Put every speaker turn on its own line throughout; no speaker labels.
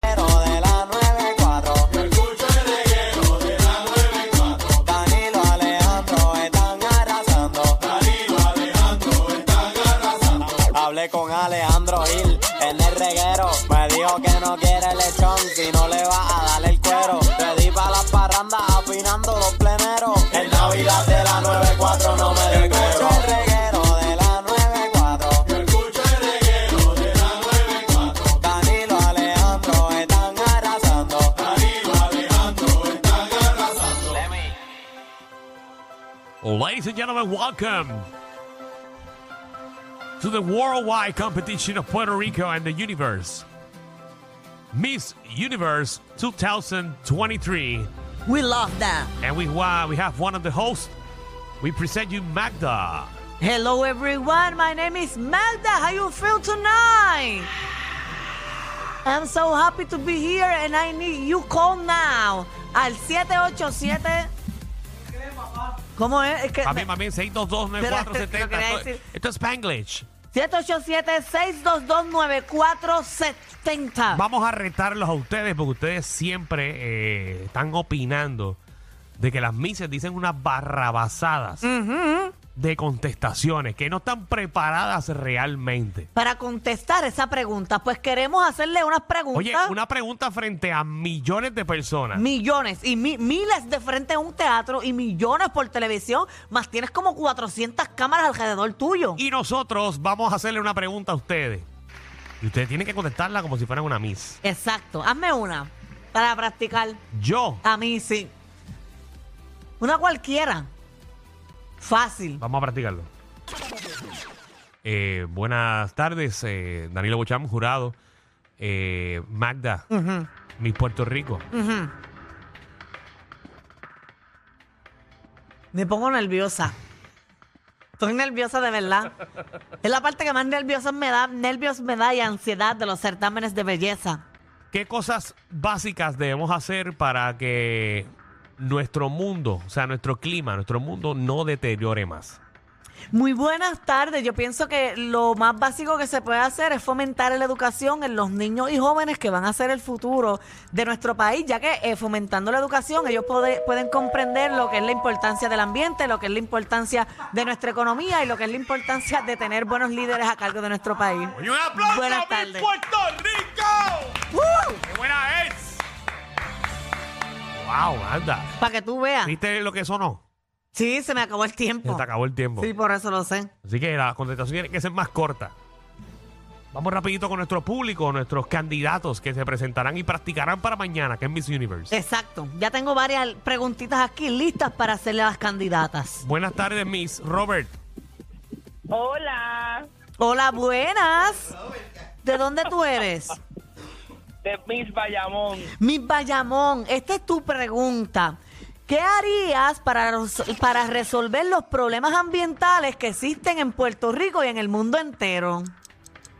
Pero de la 94, yo escucho el reguero de la 94. Danilo Alejandro están arrasando. Danilo Alejandro están arrasando. Hablé con Alejandro Gil en el reguero. Me dijo que no quiere lechón si no le va a dar el cuero. Le di para las parrandas afinando los pleneros. En Navidad de la 94 no me dejo. Escucho el reguero de la 94. Yo escucho el reguero de la 94. Danilo Alejandro están arrasando. Danilo Alejandro están arrasando.
Ladies and gentlemen, welcome to the worldwide competition of Puerto Rico and the universe. Miss Universe 2023.
We love that.
And we, wa- we have one of the hosts. We present you Magda.
Hello, everyone. My name is Magda. How you feel tonight? I'm so happy to be here, and I need you call now al 787. ¿Cómo es? Es que
Mami,
me-
mami, 6229470.
Espera, lo quería
Esto,
decir.
esto es Spanglish.
787-622-9470.
Vamos a retarlos a ustedes porque ustedes siempre eh, están opinando de que las mises dicen unas barrabasadas de contestaciones que no están preparadas realmente.
Para contestar esa pregunta, pues queremos hacerle unas preguntas.
Oye, una pregunta frente a millones de personas.
Millones y mi- miles de frente a un teatro y millones por televisión, más tienes como 400 cámaras alrededor tuyo.
y nosotros vamos a hacerle una pregunta a ustedes. Y ustedes tienen que contestarla como si fueran una miss.
Exacto, hazme una para practicar.
Yo,
A mí sí. Una cualquiera. Fácil.
vamos a practicarlo. Eh, buenas tardes, eh, Danilo Bocham, jurado. Eh, Magda, Miss Puerto Rico.
Ujú. Me pongo nerviosa. Estoy nerviosa de verdad. Es la parte que más nerviosa me da, nervios me da y ansiedad de los certámenes de belleza.
¿Qué cosas básicas debemos hacer para que nuestro mundo, o sea, nuestro clima, nuestro mundo no deteriore más?
Muy buenas tardes. Yo pienso que lo más básico que se puede hacer es fomentar la educación en los niños y jóvenes que van a ser el futuro de nuestro país, ya que eh, fomentando la educación ellos pode- pueden comprender lo que es la importancia del ambiente, lo que es la importancia de nuestra economía y lo que es la importancia de tener buenos líderes a cargo de nuestro país.
un aplauso
Buenas
Miss
tardes.
Puerto Rico! ¡Qué buena es! ¡Wow, anda!
Para que tú veas.
¿Viste lo que sonó?
Sí, se me acabó el
Se
tiempo.
te acabó el tiempo.
Sí, por eso lo sé.
Así que la contestación tiene que ser más corta. Vamos rapidito con nuestro público, nuestros candidatos que se presentarán y practicarán para mañana, que es Miss Universe.
Exacto. Ya tengo varias preguntitas aquí listas para hacerle a las candidatas.
Buenas tardes, Miss Robert.
Hola,
Hola, buenas. ¿De dónde tú eres?
de Miss Bayamón.
Miss Bayamón, esta es tu pregunta. ¿Qué harías para, ros- para resolver los problemas ambientales que existen en Puerto Rico y en el mundo entero?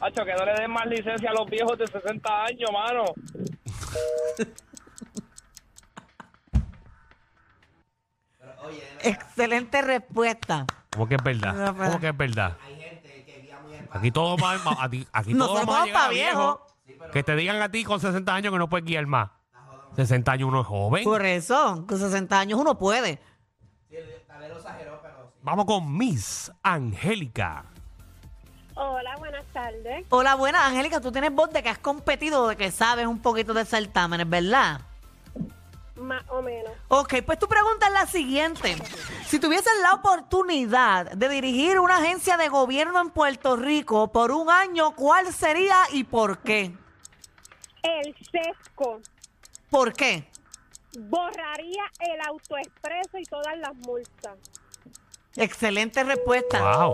Hacho, que no le den más licencia a los viejos de 60 años, mano.
Excelente respuesta.
¿Cómo que es verdad?
No, pero-
¿Cómo que es verdad? Aquí todo va a, aquí, aquí
No
todo
somos
va a llegar
pa'
a viejo. Que te digan a ti con 60 años que no puedes guiar más. 60 años uno es joven.
Por eso, con 60 años uno puede.
Vamos con Miss Angélica.
Hola, buenas tardes.
Hola, buenas, Angélica. Tú tienes voz de que has competido, de que sabes un poquito de certámenes, ¿verdad?
Más o menos.
Ok, pues tu pregunta es la siguiente. Si tuvieses la oportunidad de dirigir una agencia de gobierno en Puerto Rico por un año, ¿cuál sería y por qué?
El sesco
¿Por qué?
borraría el autoexpreso y todas las multas.
Excelente respuesta.
Wow.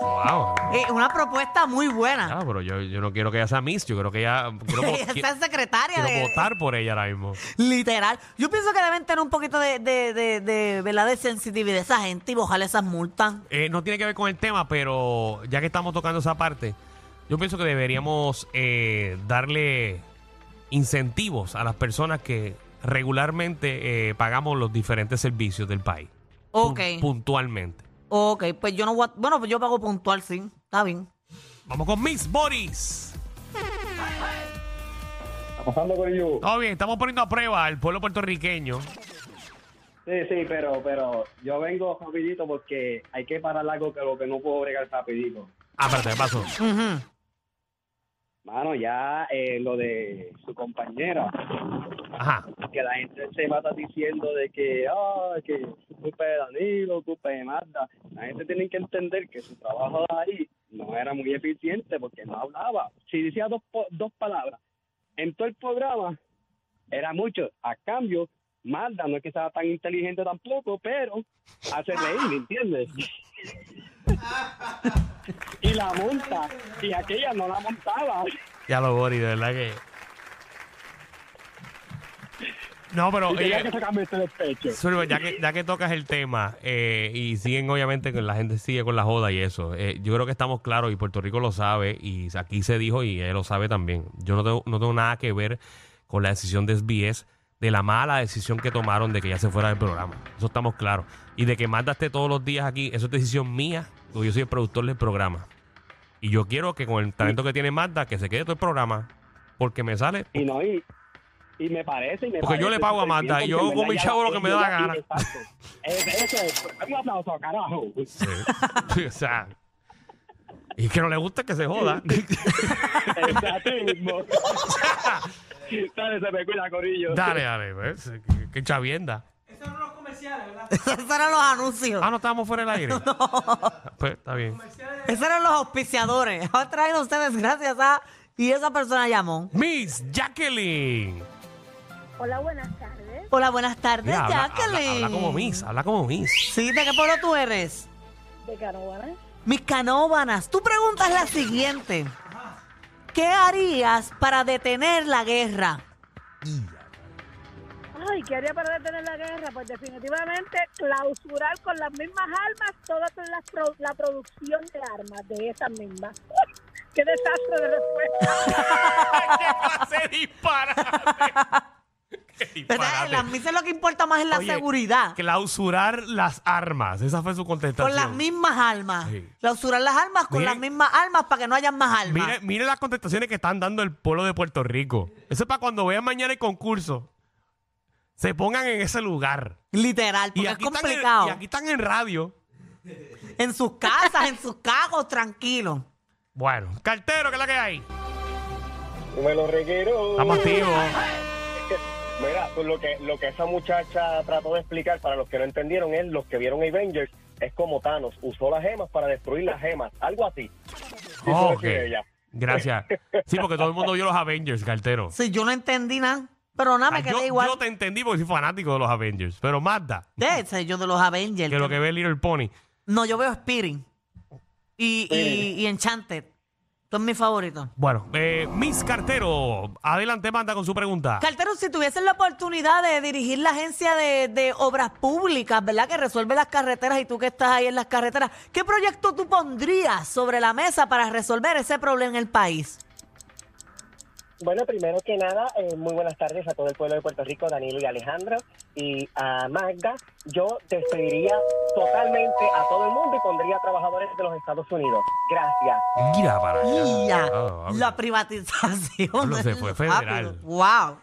Wow.
Eh, una propuesta muy buena.
Claro, pero yo, yo no quiero que ella sea Miss, yo creo que ella. Quiero, vo-
Esa
qui-
es secretaria
quiero
de,
votar por ella ahora mismo.
Literal. Yo pienso que deben tener un poquito de, de, de, de, ¿verdad? de sensitividad esa gente y bajarle esas multas.
Eh, no tiene que ver con el tema, pero ya que estamos tocando esa parte, yo pienso que deberíamos eh, darle incentivos a las personas que regularmente eh, pagamos los diferentes servicios del país. Pun-
Ok.
puntualmente.
Ok, pues yo no voy a- Bueno, pues yo pago puntual, sí. Está bien.
Vamos con Miss Boris.
Pasando con ello.
Todo bien, estamos poniendo a prueba al pueblo puertorriqueño.
Sí, sí, pero, pero yo vengo rapidito porque hay que parar algo que lo que no puedo bregar rapidito.
Ah, espérate, ¿qué pasó?
Ujú.
Mano, ya eh, lo de su compañera,
Ajá.
que la gente se mata diciendo de que, ah, que culpa de Danilo, culpa de Marta. La gente tiene que entender que su trabajo de ahí no era muy eficiente porque no hablaba. Si decía dos, po- dos palabras en todo el programa, era mucho. A cambio, Marta no es que sea tan inteligente tampoco, pero hace reír, ¿me entiendes? y la monta, y aquella no la montaba.
Ya lo Boris, de verdad que. No, pero. eh,
Y tenía
oye,
que sacarme esto del pecho.
Zulma, ya que, ya que tocas el tema eh, y siguen obviamente que la gente sigue con la joda y eso, eh, yo creo que estamos claros y Puerto Rico lo sabe y aquí se dijo y él lo sabe también. Yo no tengo, no tengo nada que ver con la decisión de SBS, de la mala decisión que tomaron de que ya se fuera del programa. Eso estamos claros. Y de que mandaste todos los días aquí, eso es decisión mía, porque yo soy el productor del programa. Y yo quiero que con el talento que tiene Magda, que se quede todo el programa, porque me sale
Y no, y, y me parece. Y me
Porque yo
parece
le pago a
súper
Amanda,
bien,
yo
porque en
hago con mi chavo
verdad ya-
lo que me da la
ya-
gana.
exacto. Es- Eso es. Un aplauso, carajo.
Sí, o sea. Y que no le gusta que se joda.
Exacto mismo. Dale, se me cuida, Corillo.
dale, dale, pues, qué- qué chavienda.
Esos eran los anuncios.
Ah, no estábamos fuera del aire. Pues está bien.
Esos eran los auspiciadores. Ha traído ustedes gracias a... Y esa persona llamó.
Miss Jacqueline.
Hola, buenas tardes.
Hola, buenas tardes,
Mira, habla, habla-
Jacqueline.
habla como Miss, habla como Miss.
Sí, ¿de qué pueblo tú eres?
De Caravana.
Mis canóbanas, tu pregunta es la siguiente. ¿Qué harías para detener la guerra?
Ay, ¿qué haría para detener la guerra? Pues definitivamente clausurar con las mismas armas toda la, pro- la producción de armas de esas mismas. ¡Qué desastre de respuesta!
¡Qué disparate! ¡Qué
¿Verdad? En las misas lo que importa más es la
Oye,
seguridad.
Clausurar las armas. Esa fue su contestación.
Con las mismas armas.
Sí.
Clausurar las armas con
Miren-
las mismas armas para que no hayan más armas.
Mire, mire las contestaciones que están dando el pueblo de Puerto Rico. Eso es para cuando vean mañana el concurso. Se pongan en ese lugar.
Literal,
Y
porque es
aquí, están en,
complicado.
y aquí están en radio.
En sus casas, en sus cajos, tranquilo.
Bueno, cartero, ¿qué es la que hay?
Me lo reguero.
Estamos activos.
Mira, pues lo que, lo que esa muchacha trató de explicar para los que no entendieron es los que vieron Avengers es como Thanos usó las gemas para destruir las gemas, algo así. Sí,
Oh,
puede ser
ok.
ella.
Gracias. Sí, porque todo el mundo vio los Avengers, cartero.
Si yo no entendí nada, pero nada,
Ah,
me quedé
yo,
igual.
yo te entendí porque soy fanático de los Avengers. Pero Magda,
De ese, yo de los Avengers.
que lo que ve Little Pony.
No, yo veo Spirit. Y, y, y Enchanted. Son mis favoritos.
Bueno, eh, Miss Cartero, adelante, Magda, con su pregunta.
Cartero, si tuviesen la oportunidad de dirigir la agencia de, de obras públicas, ¿verdad? Que resuelve las carreteras y tú que estás ahí en las carreteras, ¿qué proyecto tú pondrías sobre la mesa para resolver ese problema en el país?
Bueno, primero que nada, eh, muy buenas tardes a todo el pueblo de Puerto Rico, Danilo y Alejandro, y a Magda. Yo despediría totalmente a todo el mundo y pondría trabajadores de los Estados Unidos. Gracias.
Mira para allá.
Ya,
Ah,
la privatización. Ah, pues,
Pablo, se fue federal.
Wow.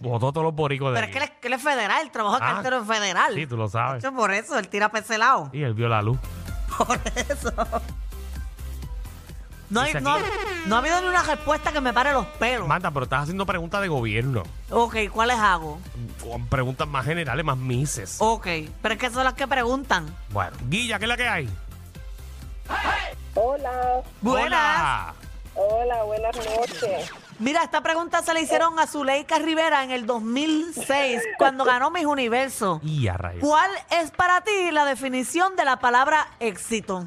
Botó todos los boricos de
Pero es que él,
aquí.
es- que él es federal, el trabajo de
Ah,
Cartero es federal.
Sí, tú lo sabes.
Hecho por eso, él tira pecelado.
Y él vio la luz.
Por eso. No, hay-
Dice
no,
aquí-
no ha habido ni una respuesta que me pare los pelos.
Magda, pero estás haciendo preguntas de gobierno.
Ok, ¿cuáles hago?
Con preguntas más generales, más mises.
Ok, pero es que son las que preguntan.
Bueno, Guilla, ¿qué es la que hay?
Hola,
Buenas.
Hola.
hola, buenas noches.
Mira, esta pregunta se la hicieron a Zuleika Rivera en el 2006, cuando ganó Mis Universo.
Y a rayos.
¿Cuál es para ti la definición de la palabra éxito?